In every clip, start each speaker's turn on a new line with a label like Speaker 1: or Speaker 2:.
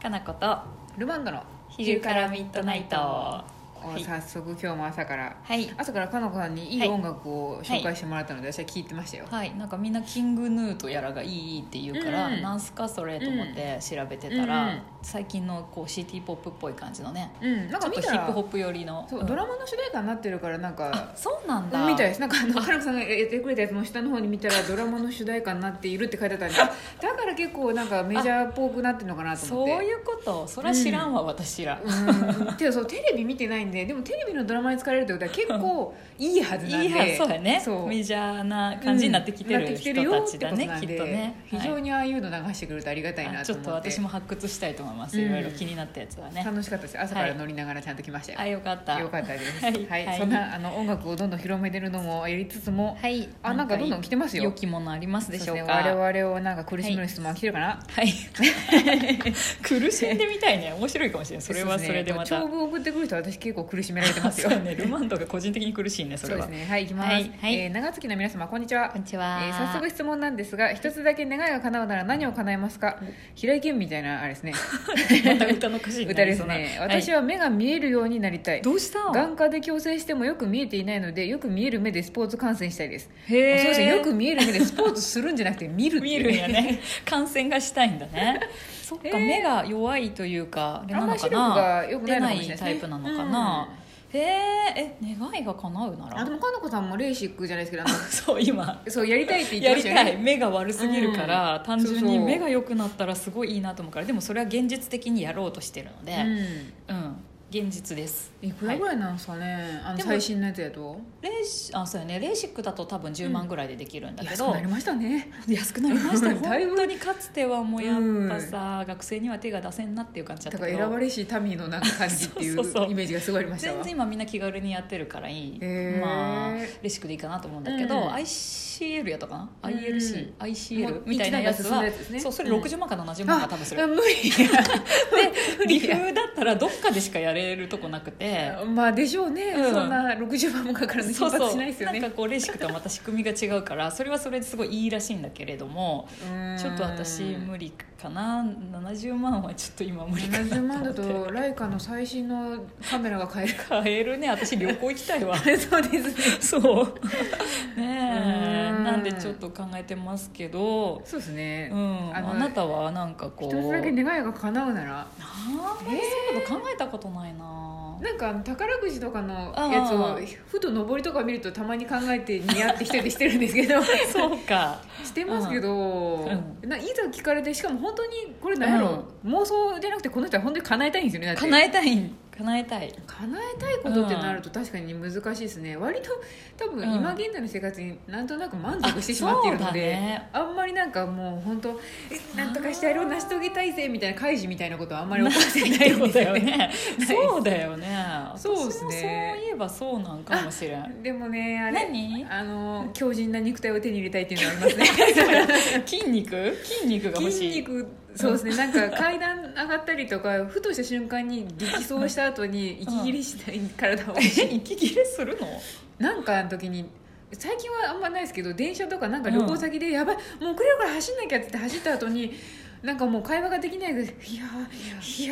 Speaker 1: かなこと
Speaker 2: ルマンドの
Speaker 1: 昼からミッドナイトは
Speaker 2: お
Speaker 1: い
Speaker 2: 早速今日も朝から
Speaker 1: い
Speaker 2: 朝からかのこさんにい
Speaker 1: はいい
Speaker 2: 音楽を
Speaker 1: は
Speaker 2: 紹
Speaker 1: い
Speaker 2: 介してもらったので私は聞いてましたよ
Speaker 1: はいなんかみんなキングヌーとやらがいいって言うから、
Speaker 2: うん
Speaker 1: なんすかそれと思って調べてたら、
Speaker 2: うん
Speaker 1: 最近のこうシティポップっぽい感じのね
Speaker 2: うんなん
Speaker 1: ち
Speaker 2: か
Speaker 1: ょっ
Speaker 2: 見
Speaker 1: とヒ
Speaker 2: た
Speaker 1: ップ
Speaker 2: ら
Speaker 1: ホップ寄りの
Speaker 2: そう
Speaker 1: うん
Speaker 2: ドラマの主題歌になってるからなん
Speaker 1: あ
Speaker 2: か
Speaker 1: そうなんだ
Speaker 2: みたいですなんかあのかのこさんがやってくれたやつの下の方に見たらドラマの主題歌になっているって書い てあったんであだから結構なんかメジャーっぽくなってるのかなと思
Speaker 1: そ
Speaker 2: っ
Speaker 1: う
Speaker 2: て
Speaker 1: いうことそら知らんわ、私ら
Speaker 2: うんてかそうテレビ見てないんででもテレビのドラマに使われるってことは結構いいはずなん
Speaker 1: い
Speaker 2: で
Speaker 1: いはそうやね
Speaker 2: そう
Speaker 1: メジャーな感じになってきて
Speaker 2: うんな
Speaker 1: る
Speaker 2: って
Speaker 1: 人
Speaker 2: よ
Speaker 1: た
Speaker 2: っ
Speaker 1: ち
Speaker 2: て
Speaker 1: だ
Speaker 2: こと
Speaker 1: ね、
Speaker 2: なん
Speaker 1: き
Speaker 2: で
Speaker 1: っとね
Speaker 2: 非常にああいうの流してくれるとありがたい
Speaker 1: はい
Speaker 2: な
Speaker 1: あ
Speaker 2: と
Speaker 1: ちょ
Speaker 2: 思
Speaker 1: っ
Speaker 2: って
Speaker 1: と私も発掘したいと思います、
Speaker 2: うん
Speaker 1: いろいろ気になったやつはね
Speaker 2: 楽しかったです朝から乗りながらちゃんと来ましたよ、
Speaker 1: あよかった
Speaker 2: よかったです
Speaker 1: は
Speaker 2: はいい、
Speaker 1: はい
Speaker 2: そんなあの音楽をどんどん広めてるのもやりつつも、
Speaker 1: はい
Speaker 2: あなんかどんどん来てますよ
Speaker 1: 良きものありますでしょうか
Speaker 2: そですね我々をなんか苦しめる質問は来てるかな、
Speaker 1: はい 苦しんでみたいね面白いかもしれないそれは
Speaker 2: うです
Speaker 1: そ
Speaker 2: ね
Speaker 1: れでまた
Speaker 2: 長文送ってくる人は私結構苦しめられてま す
Speaker 1: そ
Speaker 2: よ
Speaker 1: うねルマンドが個人的に苦しいねそ
Speaker 2: そ
Speaker 1: れ
Speaker 2: うで
Speaker 1: は
Speaker 2: すねはい行きます、
Speaker 1: はいはい
Speaker 2: えー長月の皆様こんにちは
Speaker 1: こんにちは
Speaker 2: えー早速質問なんですが一つだけ願いが叶うなら何を叶えますか平井堅みたいなあれですね
Speaker 1: また歌の歌詞にな
Speaker 2: 歌
Speaker 1: り
Speaker 2: で
Speaker 1: そ
Speaker 2: す
Speaker 1: うな
Speaker 2: ね
Speaker 1: はい
Speaker 2: 私は目が見えるようになりたい
Speaker 1: どうした
Speaker 2: 眼科で矯正してもよく見えていないのでよく見える目でスポーツ観戦したいです
Speaker 1: へー
Speaker 2: そうですねよく見える目でスポーツするんじゃなくて見るって
Speaker 1: 見
Speaker 2: い
Speaker 1: え
Speaker 2: う
Speaker 1: るんや ね感染がしたいんだね そっか、
Speaker 2: えー
Speaker 1: 目が弱いというかあれ
Speaker 2: あ
Speaker 1: なん
Speaker 2: ま
Speaker 1: のか
Speaker 2: り視力
Speaker 1: な
Speaker 2: が良くな
Speaker 1: 出
Speaker 2: いの
Speaker 1: な
Speaker 2: かもしれない
Speaker 1: い
Speaker 2: です
Speaker 1: タ
Speaker 2: ね
Speaker 1: イプなのかな、へええ願いが叶うな
Speaker 2: あで
Speaker 1: ら
Speaker 2: もかのこさんもレーシックじゃないですけどあの
Speaker 1: そう今
Speaker 2: そうやりたいって言
Speaker 1: や
Speaker 2: って
Speaker 1: り
Speaker 2: ました
Speaker 1: た
Speaker 2: よね
Speaker 1: い目が悪すぎるから、
Speaker 2: うん
Speaker 1: 単純
Speaker 2: そう
Speaker 1: に
Speaker 2: そう
Speaker 1: 目が良くなったらすごいいいなと思うからでもそれは現実的にやろうとしてるのでうん、現実です
Speaker 2: うんいくらぐらいなんですかね、あの
Speaker 1: でも
Speaker 2: 最新のやつやと
Speaker 1: レーシあそうやねレーシックだと多分10万ぐらいでできるんだけ
Speaker 2: 安
Speaker 1: ど、
Speaker 2: くなりましたね
Speaker 1: 安くなりましたよ
Speaker 2: だいぶ
Speaker 1: 本当にかつてはもうやっぱさ、学生には手が出せんなっていう感じだった
Speaker 2: だから
Speaker 1: けど
Speaker 2: 選ばれし民のなんか感じってい
Speaker 1: そうそうそう
Speaker 2: うイメージがすごいありましたわ
Speaker 1: 全然今みんな気軽にやってるからいい、
Speaker 2: へー
Speaker 1: まあレシックでいいかなと思うんだけど、
Speaker 2: うん
Speaker 1: ICL やったかな、
Speaker 2: うん
Speaker 1: ILC、
Speaker 2: もう
Speaker 1: ICL みたいなやつ
Speaker 2: 一段
Speaker 1: は
Speaker 2: 階進んだやつですね
Speaker 1: そうそれ
Speaker 2: うん
Speaker 1: 60万か70万か多分する、
Speaker 2: あ無
Speaker 1: で
Speaker 2: 理
Speaker 1: 理風だったらどっかでしかやれるとこなくて
Speaker 2: 理まあでしょうね、
Speaker 1: うん
Speaker 2: そんな60万もかからず
Speaker 1: そ
Speaker 2: 頻
Speaker 1: うそ
Speaker 2: 発
Speaker 1: う
Speaker 2: しないですよね
Speaker 1: なんかこうレシックとはまた仕組みが違うからそれはそれですごいいいらしいんだけれども
Speaker 2: うん
Speaker 1: ちょっと私無理かな70万はちょっと今無理かな
Speaker 2: 70万だ
Speaker 1: と思って
Speaker 2: とライカの最新のカメラが 買える
Speaker 1: 買えるね私旅行行きたいわ
Speaker 2: そうですね
Speaker 1: そうねえ
Speaker 2: うん
Speaker 1: なんでちょっと考えてますけど、
Speaker 2: そうですね、
Speaker 1: うん、
Speaker 2: あ
Speaker 1: あ
Speaker 2: の
Speaker 1: なたはなんかこ
Speaker 2: 一
Speaker 1: う
Speaker 2: つだけ願いが叶うなら
Speaker 1: あんまりそういうこと考えたことないな、
Speaker 2: なんかあの宝くじとかのやつ
Speaker 1: あ
Speaker 2: を
Speaker 1: ー
Speaker 2: ふと上りとか見るとたまに考えて似合って一人でしてるんで すけど
Speaker 1: そうか
Speaker 2: してますけど、
Speaker 1: ん
Speaker 2: ないざ聞かれてしかも本当にこれ何やろ、妄想じゃなくてこの人は本当に叶えたいんですよ ねだって
Speaker 1: 叶えたい叶えたい
Speaker 2: 叶えたいことってなると確かに難しいですね、割と多分
Speaker 1: うん
Speaker 2: 今現在の生活になんとなく満足してしまっている
Speaker 1: あそ
Speaker 2: の
Speaker 1: うだ
Speaker 2: で、
Speaker 1: ね
Speaker 2: あんまりなんかもう本当えなんとかしてやろう成し遂げたいぜみたいな開示みたいなことはあんまり起こしてないん
Speaker 1: そう
Speaker 2: です
Speaker 1: だ
Speaker 2: よ
Speaker 1: よ
Speaker 2: ね
Speaker 1: ねそうだよね
Speaker 2: そうっ
Speaker 1: 私
Speaker 2: すね
Speaker 1: もそういえばそうなんかもしれん
Speaker 2: でもねあれ
Speaker 1: 何
Speaker 2: あの強靭な肉体を手に入れたいっていうのはありますね
Speaker 1: 筋肉筋肉 が欲しい
Speaker 2: 筋肉そうですねなんか階段上がったりとかふとした瞬間に激走した後に息切れしたい体を欲しい
Speaker 1: え息切れする の
Speaker 2: なんかの時に最近はあんまないですけど電車とかなんか旅行先で、やばいもう遅れるから走んなきゃって言って走った後になんかもう会話ができないでいやーいやーい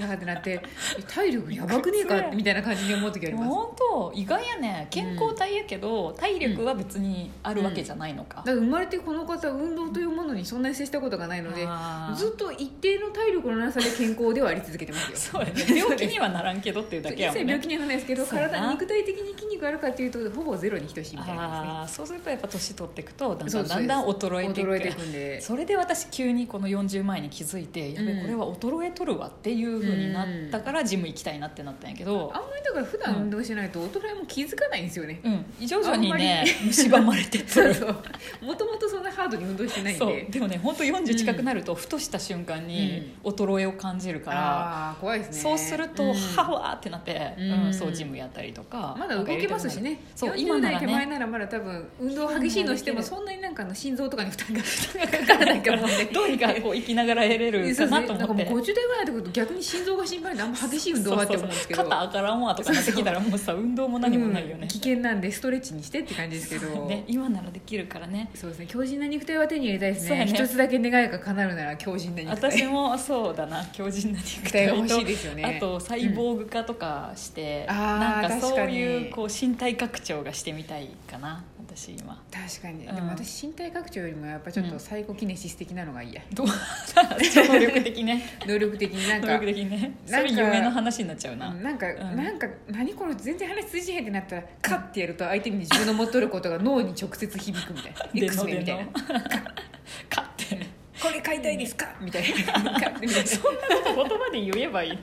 Speaker 2: やーってなって体力やばくねえ
Speaker 1: そ
Speaker 2: か
Speaker 1: れ
Speaker 2: みたいな感じに思う時あります
Speaker 1: 本当意外やね健康体やけど、体力は別にあるわけじゃないのか
Speaker 2: だ、から生まれてこの方運動というものにそんなに接したことがないので
Speaker 1: あー
Speaker 2: ずっと一定の体力のなさで健康ではあり続けてます
Speaker 1: そ
Speaker 2: よ
Speaker 1: うやね病気にはならんけどっていうだけ
Speaker 2: 一
Speaker 1: やも
Speaker 2: 切
Speaker 1: ん
Speaker 2: 病
Speaker 1: ね
Speaker 2: 気にはならないですけど
Speaker 1: そうやな
Speaker 2: 体肉体的に筋肉あるかっていうとほぼゼロに等しいみたいなですね
Speaker 1: ああーそうするとやっぱ年取っていくとだんだ
Speaker 2: そうんです
Speaker 1: だんだん衰えていく
Speaker 2: 衰えていくんで
Speaker 1: それで私急にこの40前に気づいてやべ
Speaker 2: うん
Speaker 1: これは衰えとるわっていうふうになったからジム行きたいなってなったんやけど
Speaker 2: あんまりだから普段運動してないと衰えも気づかないんですよね、
Speaker 1: うん徐々にね蝕まれてって
Speaker 2: そう
Speaker 1: る
Speaker 2: そうもともとそんなハードに運動 してないん
Speaker 1: そう
Speaker 2: で
Speaker 1: でもね本当40近くなるとふとした瞬間に衰えを感じるから、
Speaker 2: ああー怖いですね
Speaker 1: そうすると、
Speaker 2: うん
Speaker 1: はわーってなって、
Speaker 2: うん
Speaker 1: うんそうジムやったりとか
Speaker 2: まだ動けますしね
Speaker 1: そう今
Speaker 2: 40
Speaker 1: な
Speaker 2: 代
Speaker 1: ら
Speaker 2: 手前
Speaker 1: ね
Speaker 2: ならまだ多分運動激しいのしても
Speaker 1: そ
Speaker 2: そんなになんかあの心臓とかに負担がかからないと思うんで
Speaker 1: どうにかこう息きながら得れ
Speaker 2: そうで
Speaker 1: る
Speaker 2: すね
Speaker 1: か
Speaker 2: な
Speaker 1: なんと
Speaker 2: か
Speaker 1: 思
Speaker 2: も
Speaker 1: っ
Speaker 2: う
Speaker 1: て。
Speaker 2: 50代ぐらいだと逆に心臓が心配であんま激しい運動はって思うんですけど
Speaker 1: そうそうそう肩あからんわとかなってきたらもうさ運動も何もないよ
Speaker 2: う
Speaker 1: ね
Speaker 2: ん,危、険なんでストレッチにしてって感じですけど
Speaker 1: ね今ならできるからね
Speaker 2: そうですね強靭な肉体は手に入れたいです
Speaker 1: そうや
Speaker 2: ね
Speaker 1: ね
Speaker 2: 一つだけ願いが叶うなら強靭な肉体
Speaker 1: 私もそうだ な強靭な肉
Speaker 2: 肉体
Speaker 1: 体
Speaker 2: が
Speaker 1: と
Speaker 2: 欲しいですよね
Speaker 1: あとサイボーグ化とかして、
Speaker 2: うんあー
Speaker 1: なんかそう
Speaker 2: 確か
Speaker 1: い
Speaker 2: に
Speaker 1: うこう身体拡張がしてみたいかな私今
Speaker 2: 確かに、
Speaker 1: うん
Speaker 2: でも私身体拡張よりもやっぱちょっ
Speaker 1: う
Speaker 2: と
Speaker 1: ん
Speaker 2: サイコキネシス的なのがいいや、
Speaker 1: どう能力的ね
Speaker 2: 能力的 になん
Speaker 1: 能
Speaker 2: か
Speaker 1: 力的ねそ
Speaker 2: なん
Speaker 1: れ
Speaker 2: か
Speaker 1: 夢の話になっちゃうな、
Speaker 2: なんか、
Speaker 1: うん
Speaker 2: なんか何これ全然話通じへんってなったらカッてやると相手に自分の持っとることが脳に直接響くみたいな X メンみたいな
Speaker 1: でのでの かって
Speaker 2: これ買いたいですかみたい な買ってみたいな
Speaker 1: 言葉で言えばいい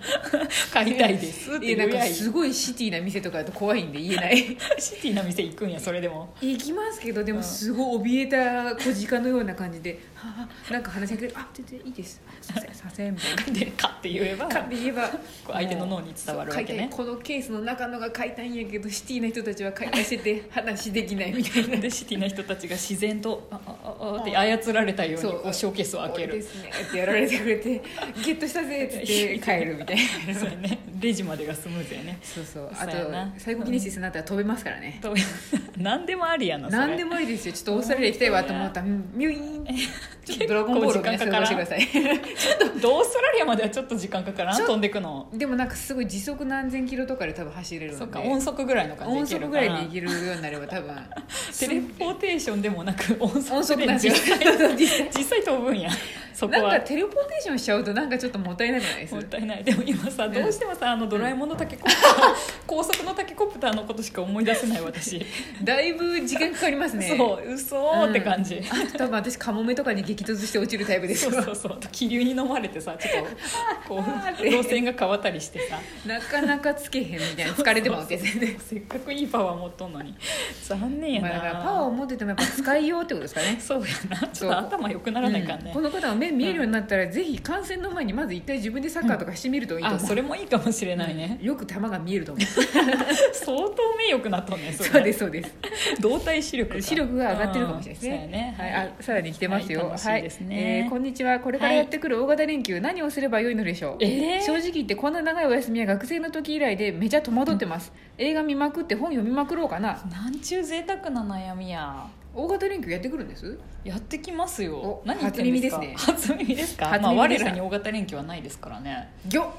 Speaker 1: 買いたいですって
Speaker 2: い
Speaker 1: 言
Speaker 2: やなん
Speaker 1: え
Speaker 2: か
Speaker 1: ばいい
Speaker 2: すごいシティな店とかだと怖いんで言えない
Speaker 1: シティな店行くんやそれでも
Speaker 2: 行きますけどで
Speaker 1: う
Speaker 2: も
Speaker 1: ん
Speaker 2: すごい怯えた小鹿のような感じで「はあなんか話しかけてあ全然いいですすいませんすいません」みたいな。
Speaker 1: で「か」って言えば
Speaker 2: かって言えば
Speaker 1: う相手の脳に伝わるわけね
Speaker 2: もうそう買いたいこのケースの中のが買いたいんやけどシティな人たちは買い出してて話できないみたい な
Speaker 1: でシティな人たちが自然と「ああああ」って操られたように
Speaker 2: そう
Speaker 1: こうショーケースを開け
Speaker 2: これ
Speaker 1: る
Speaker 2: ですねってやられてくれてゲットしたぜって 言って帰るみたいな
Speaker 1: そうやねレジまでがスムーズやね
Speaker 2: そうそうあ
Speaker 1: そうやな
Speaker 2: とサイコキネシスになったら飛べますからね、
Speaker 1: と 何でもありやなそれ
Speaker 2: 何でもいいですよちょっとオーストラリア行きたいわと思ったらうんミュイーンちょっとドラゴンボールを皆さん
Speaker 1: 結構
Speaker 2: して
Speaker 1: 時
Speaker 2: く
Speaker 1: 間
Speaker 2: だ
Speaker 1: か
Speaker 2: さい
Speaker 1: どうオーストラリアまではちょっと時間かからん
Speaker 2: ちょ
Speaker 1: 飛んでくの
Speaker 2: でもなんかすごい時速何千キロとかで多分走れるので
Speaker 1: そっか音速ぐらいの感じでいける
Speaker 2: 音速ぐ
Speaker 1: からら
Speaker 2: いでいけるようになれば多分
Speaker 1: テレポーテーションでもなく音
Speaker 2: 音
Speaker 1: 速
Speaker 2: 速
Speaker 1: で
Speaker 2: なんですよ
Speaker 1: 実際 実際飛ぶんやそこ
Speaker 2: なん
Speaker 1: は
Speaker 2: かテレポーテーションしちゃうとなんかちょっともったいないじゃないです
Speaker 1: もったいないでも今さどうしてもさあのドラえもんのタケコプ ター、高速のタケコプターのことしか思い出せない私、
Speaker 2: だいぶ時間かかりますね
Speaker 1: そう嘘ーって感じ、
Speaker 2: あと多分私カモメとかに激突して落ちるタイプです
Speaker 1: そう
Speaker 2: よ
Speaker 1: そうそう気流に飲まれてさちょっとこ
Speaker 2: あーっ
Speaker 1: う
Speaker 2: て
Speaker 1: 路線が変わったりしてさ
Speaker 2: なかなかつけへんみたいな疲れてますけどね
Speaker 1: せっかくいいパワー持っとんのに残念や
Speaker 2: まあ
Speaker 1: な、
Speaker 2: だからパワーを持っててもやっぱ使いようってことですかね
Speaker 1: そうやなち
Speaker 2: そ
Speaker 1: ょ
Speaker 2: う
Speaker 1: っと頭良くならないかん
Speaker 2: うん
Speaker 1: ね、
Speaker 2: この方が目見えるようになったら、ぜひ観戦の前にまず一回自分でサッカーとかしてみるといいと思
Speaker 1: あ
Speaker 2: う、
Speaker 1: それもいいかもしれないね、
Speaker 2: よく球が見えると思う
Speaker 1: 相当目良くなっとんね
Speaker 2: そうですすそうです
Speaker 1: 動体視力か
Speaker 2: 視力が上がってるかもしれないです
Speaker 1: うんそうや
Speaker 2: ね
Speaker 1: ね
Speaker 2: はい、あさらに来てますよ
Speaker 1: はい楽しいですね
Speaker 2: はいえーこんにちはこれからやってくる大型連休、何をすればよいのでしょう、
Speaker 1: えー
Speaker 2: 正直言ってこんな長いお休みは学生の時以来でめちゃ戸惑ってます、映画見まくって本読みまくろうかな
Speaker 1: なんちゅう贅沢な悩みや
Speaker 2: 大型連休やってくるんです
Speaker 1: やってきますよ
Speaker 2: お
Speaker 1: 何言ってんですか初耳ですか
Speaker 2: 初耳でした
Speaker 1: まあ、我らに大型連休はないですからね
Speaker 2: ぎょ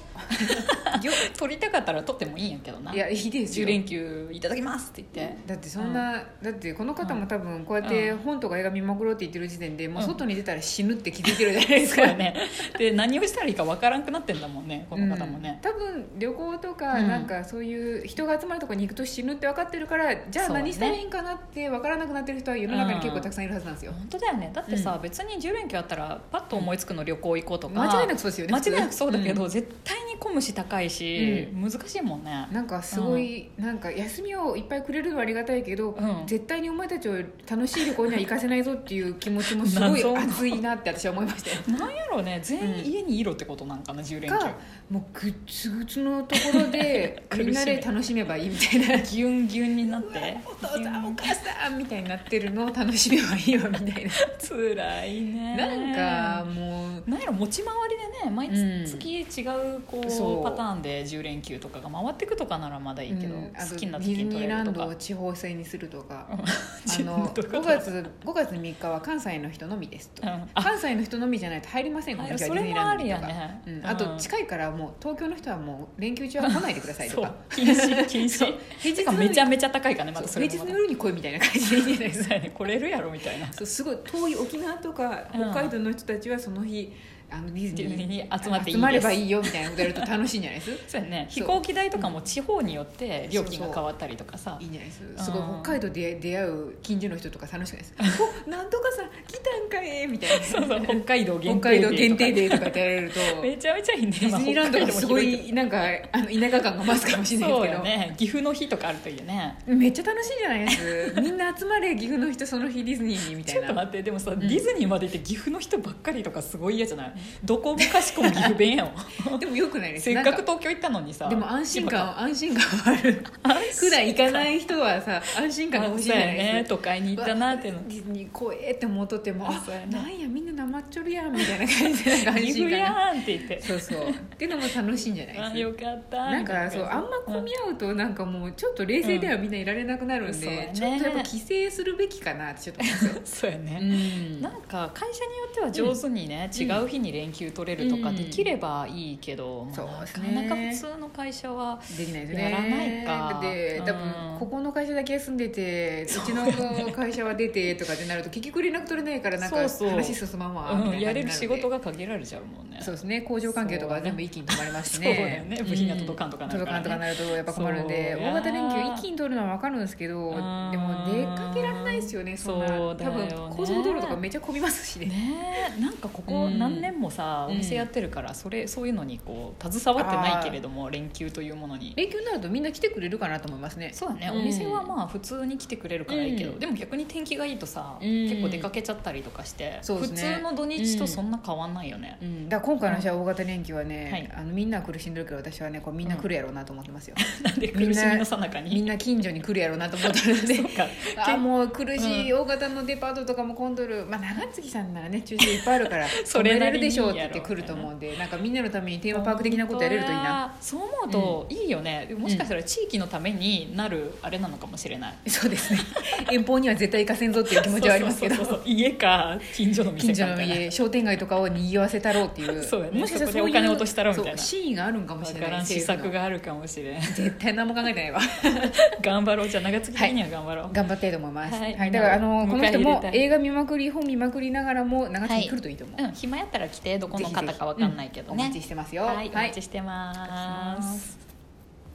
Speaker 2: ぎょ
Speaker 1: 取りたかったら取ってもいいんやけどない
Speaker 2: やいいです
Speaker 1: 10
Speaker 2: よ
Speaker 1: 連休いただきますって言って
Speaker 2: だってそんな、だってこの方も多分こうやって本とか映画見まくろうって言ってる時点でもう外に出たら死ぬって気づいてるじゃないです
Speaker 1: そ
Speaker 2: か、
Speaker 1: うだねで何をしたらいいかわからんくなってんだもんねこの方も
Speaker 2: うん
Speaker 1: ね、
Speaker 2: 多分旅行とか
Speaker 1: うん
Speaker 2: なんかそういう人が集まるとこに行くと死ぬって分かってるから、じゃあ
Speaker 1: そうね
Speaker 2: 何したらいいんかなって分からなくなってる人は世の中に結構たくさんいるはずなんですよ、
Speaker 1: 本当だよねだってさ、
Speaker 2: うん
Speaker 1: 別に10連休あったらパッと思いつくの旅行行こうとか
Speaker 2: 間違いなくそうですよね
Speaker 1: 間違いなくそうだけど、
Speaker 2: う
Speaker 1: 絶対に混むし高いし、
Speaker 2: う
Speaker 1: 難しいもんね
Speaker 2: なんかすごい、なんか休みをいっぱいくれるのはありがたいけど、
Speaker 1: うん
Speaker 2: 絶対にお前たちを楽しい旅行には行かせないぞっていう気持ちもすごい
Speaker 1: 謎の
Speaker 2: 熱いなって私は思いましたよ
Speaker 1: なんやろうね全
Speaker 2: うん
Speaker 1: 員家にいろってことなんかな10連休
Speaker 2: かもうグッツグツのとこ ろで
Speaker 1: 苦し
Speaker 2: み
Speaker 1: め
Speaker 2: んなで楽しめばいいみたいな
Speaker 1: ギュンギュンになって
Speaker 2: お父さんお母さんみたいになってるのを楽しめばいいよみたい
Speaker 1: つらいね
Speaker 2: ななんかもう
Speaker 1: なんやろ持ち回りでね毎
Speaker 2: うん
Speaker 1: 月違うこう、
Speaker 2: そう
Speaker 1: パターンで10連休とかが回ってくとかならまだいいけど、
Speaker 2: うんあと
Speaker 1: 好きな
Speaker 2: ディズ
Speaker 1: 時に
Speaker 2: ニ
Speaker 1: 取
Speaker 2: ー
Speaker 1: れ
Speaker 2: ラ
Speaker 1: る
Speaker 2: ン
Speaker 1: と
Speaker 2: ド
Speaker 1: か
Speaker 2: を地方制にするとか
Speaker 1: うん
Speaker 2: あの
Speaker 1: 自分のと
Speaker 2: 5
Speaker 1: こ
Speaker 2: 月5月3日は関西の人のみですと、
Speaker 1: うんあ
Speaker 2: 関西の人のみじゃないと入りませんこの日は
Speaker 1: そ
Speaker 2: デ
Speaker 1: れ
Speaker 2: ィズニー
Speaker 1: も
Speaker 2: ラ
Speaker 1: あ
Speaker 2: ンド
Speaker 1: る
Speaker 2: に
Speaker 1: よ
Speaker 2: とか
Speaker 1: ね、
Speaker 2: うんあと近いからもう東京の人はもう連休中は来ないでくださいと
Speaker 1: そう
Speaker 2: か
Speaker 1: 禁止禁
Speaker 2: そう
Speaker 1: 止
Speaker 2: 平日
Speaker 1: てか
Speaker 2: の
Speaker 1: め
Speaker 2: 夜
Speaker 1: ちゃめちゃ高いからねまたそ
Speaker 2: そう
Speaker 1: れ
Speaker 2: 平
Speaker 1: も
Speaker 2: 日の
Speaker 1: ま
Speaker 2: 夜に来いみたいな感じでいいじゃないです
Speaker 1: たそ
Speaker 2: か
Speaker 1: うやね来れるやろみたいな
Speaker 2: そうすごい遠い沖縄とか
Speaker 1: うん
Speaker 2: 北海道の人たちはその日、あのディズ
Speaker 1: デ
Speaker 2: ニー
Speaker 1: ィズニーに集まっていいです
Speaker 2: 集まればいいよみたいなことやると楽しいんじゃないです
Speaker 1: そうやね
Speaker 2: そう
Speaker 1: 飛行機代とかも地方によって料金が変わったりとかさ
Speaker 2: いいんじゃないですすごい
Speaker 1: うん
Speaker 2: 北海道で出会う近所の人とか楽しくな いですかおなんとかさ来たんかえみたいな
Speaker 1: そうそう北海道
Speaker 2: 北
Speaker 1: 限
Speaker 2: 海
Speaker 1: 定
Speaker 2: 道限定
Speaker 1: で
Speaker 2: デーとかってやられると
Speaker 1: めちゃめちゃいいね
Speaker 2: ディズニーランドがすご
Speaker 1: まあ
Speaker 2: いなんかあの田舎感が増すかもしれないです
Speaker 1: そ
Speaker 2: け
Speaker 1: う
Speaker 2: ど
Speaker 1: よね岐阜の日とかあるといいよね
Speaker 2: めっちゃ楽しいじゃないですかみんな集まれ岐阜の人その日ディズニーにみた
Speaker 1: ちょ
Speaker 2: い
Speaker 1: っと
Speaker 2: な
Speaker 1: 待ってでもさ、ディズニーまで行って岐阜の人ばっかりとかすごい嫌じゃないどこもかしこも岐阜弁や ん
Speaker 2: でもよくないです
Speaker 1: せっ
Speaker 2: な
Speaker 1: か
Speaker 2: ん
Speaker 1: く東京行ったのにさ
Speaker 2: でも安心
Speaker 1: 今
Speaker 2: 感安心感はある
Speaker 1: 安
Speaker 2: 普
Speaker 1: 心
Speaker 2: 段行かない人はさ 安心感が
Speaker 1: 感
Speaker 2: 欲しい
Speaker 1: じ
Speaker 2: じゃ
Speaker 1: だ
Speaker 2: な
Speaker 1: よね
Speaker 2: いですか
Speaker 1: 都会に行ったなっていうの
Speaker 2: ディズニー怖えって思っとってもあ
Speaker 1: そうやね
Speaker 2: なんやみんなーマッチョリアンみたいな感じでなんか 安
Speaker 1: リ
Speaker 2: 心
Speaker 1: フ
Speaker 2: 感が
Speaker 1: やんって言って
Speaker 2: そうそうっていうのも楽しいんじゃない
Speaker 1: あ
Speaker 2: ですか
Speaker 1: よかった
Speaker 2: なんかそうあんま混み合うとなんかもうちょっと冷静ではみんないられなくなる
Speaker 1: うんんそう
Speaker 2: で、
Speaker 1: ね
Speaker 2: ちょっとやっぱ規制するべきかなってちょっと思うんです
Speaker 1: そ
Speaker 2: よ
Speaker 1: うや
Speaker 2: う
Speaker 1: ね、
Speaker 2: ん
Speaker 1: なんか会社によっては上手にね、
Speaker 2: うん
Speaker 1: 違う日に連休取れるとかできればいいけど、まあ
Speaker 2: そうですね
Speaker 1: なかなか普通の会社は
Speaker 2: できないですね
Speaker 1: やらないか
Speaker 2: で多
Speaker 1: うん
Speaker 2: 分ここの会社だけ休んでてうちの会社は出てとかってなると結局連絡取れないからなんか
Speaker 1: そうそう
Speaker 2: 話進まんわみたいな
Speaker 1: うんやれる仕事
Speaker 2: が
Speaker 1: が限られちゃうもんね
Speaker 2: そうですね工場関係とかは全部一気に止まりますし
Speaker 1: そうだよね
Speaker 2: ね
Speaker 1: 部品が届かんとかなる
Speaker 2: 届
Speaker 1: か
Speaker 2: から
Speaker 1: ね
Speaker 2: んとかなるとやっぱ困るんで
Speaker 1: そう
Speaker 2: 大型連休一気に取るのは分かるんですけど
Speaker 1: う
Speaker 2: で
Speaker 1: ん
Speaker 2: も出かけられないですよねそんな
Speaker 1: そうだ
Speaker 2: 多
Speaker 1: よね
Speaker 2: 分高速道路とかめっちゃ混みますしね
Speaker 1: ねえなんかここ何年もさ、
Speaker 2: うん
Speaker 1: お店やってるからそれそういうのにこう携わってないけれども連休というものに
Speaker 2: 連休になるとみんな来てくれるかなと思いますね
Speaker 1: そうだね、
Speaker 2: うん
Speaker 1: お店はまあ普通に来てくれるからいいけど、
Speaker 2: うん
Speaker 1: でも逆に天気がいいとさ、
Speaker 2: うん
Speaker 1: 結構出かけちゃったりとかして、
Speaker 2: そうで
Speaker 1: 普
Speaker 2: すね
Speaker 1: 通の土日とそんな変わんないよね、
Speaker 2: うん、だから今回の私は大型連休はね、
Speaker 1: う
Speaker 2: あのみんなは苦しんでるけど私はねこれみんな来るやろうなと思ってますよ、
Speaker 1: なんで苦しみのさなか
Speaker 2: みん
Speaker 1: に
Speaker 2: な近所に来るやろうなと思って るんで
Speaker 1: そうか
Speaker 2: あーもう苦しい大型のデパートとかも混んどる、まあ、長槻さんならね駐車場いっぱいあるから
Speaker 1: そ
Speaker 2: 止
Speaker 1: れ
Speaker 2: め
Speaker 1: な
Speaker 2: れ
Speaker 1: りにい
Speaker 2: るで
Speaker 1: い
Speaker 2: し
Speaker 1: やろ
Speaker 2: ょ
Speaker 1: う
Speaker 2: う
Speaker 1: ね
Speaker 2: って言って来ると思うんでなんかみんなのためにテーマパーク的なことやれるといいな
Speaker 1: 本当やそう思うといいよね、もしかしたら地域のためになるあれなのかもしれない、
Speaker 2: そうです ね遠方には絶対行かせんぞっていう気持ちはありますけど
Speaker 1: そうそうそうそう家か近所の店
Speaker 2: 近所
Speaker 1: かみ
Speaker 2: の
Speaker 1: たいな
Speaker 2: 家商店街とかを賑わせたろうっていう
Speaker 1: そうやね
Speaker 2: もしかし
Speaker 1: そこ
Speaker 2: たら
Speaker 1: で
Speaker 2: そういう
Speaker 1: お金落としたろうみたいな
Speaker 2: そう真意があるんかもし
Speaker 1: 分
Speaker 2: れ
Speaker 1: か
Speaker 2: な
Speaker 1: ら
Speaker 2: い
Speaker 1: ん施
Speaker 2: 政
Speaker 1: 策
Speaker 2: 府の
Speaker 1: があるかもしれん
Speaker 2: 絶対何も考えてないわ
Speaker 1: 頑張ろうじゃあ長月的には頑張ろう、
Speaker 2: 頑張ってと思います、
Speaker 1: は
Speaker 2: はいいだからあ
Speaker 1: 迎
Speaker 2: の
Speaker 1: え
Speaker 2: この人
Speaker 1: 入れ
Speaker 2: も
Speaker 1: たい
Speaker 2: 映画見まくり本見まくりながらも長崎に来るといいと思う、
Speaker 1: うん、暇やったら来てどこ
Speaker 2: ぜ
Speaker 1: の
Speaker 2: ひぜひ
Speaker 1: 方かわかんないけどね
Speaker 2: お待ちしてますよ
Speaker 1: はい、お待ちしてます、
Speaker 2: お待ちしてます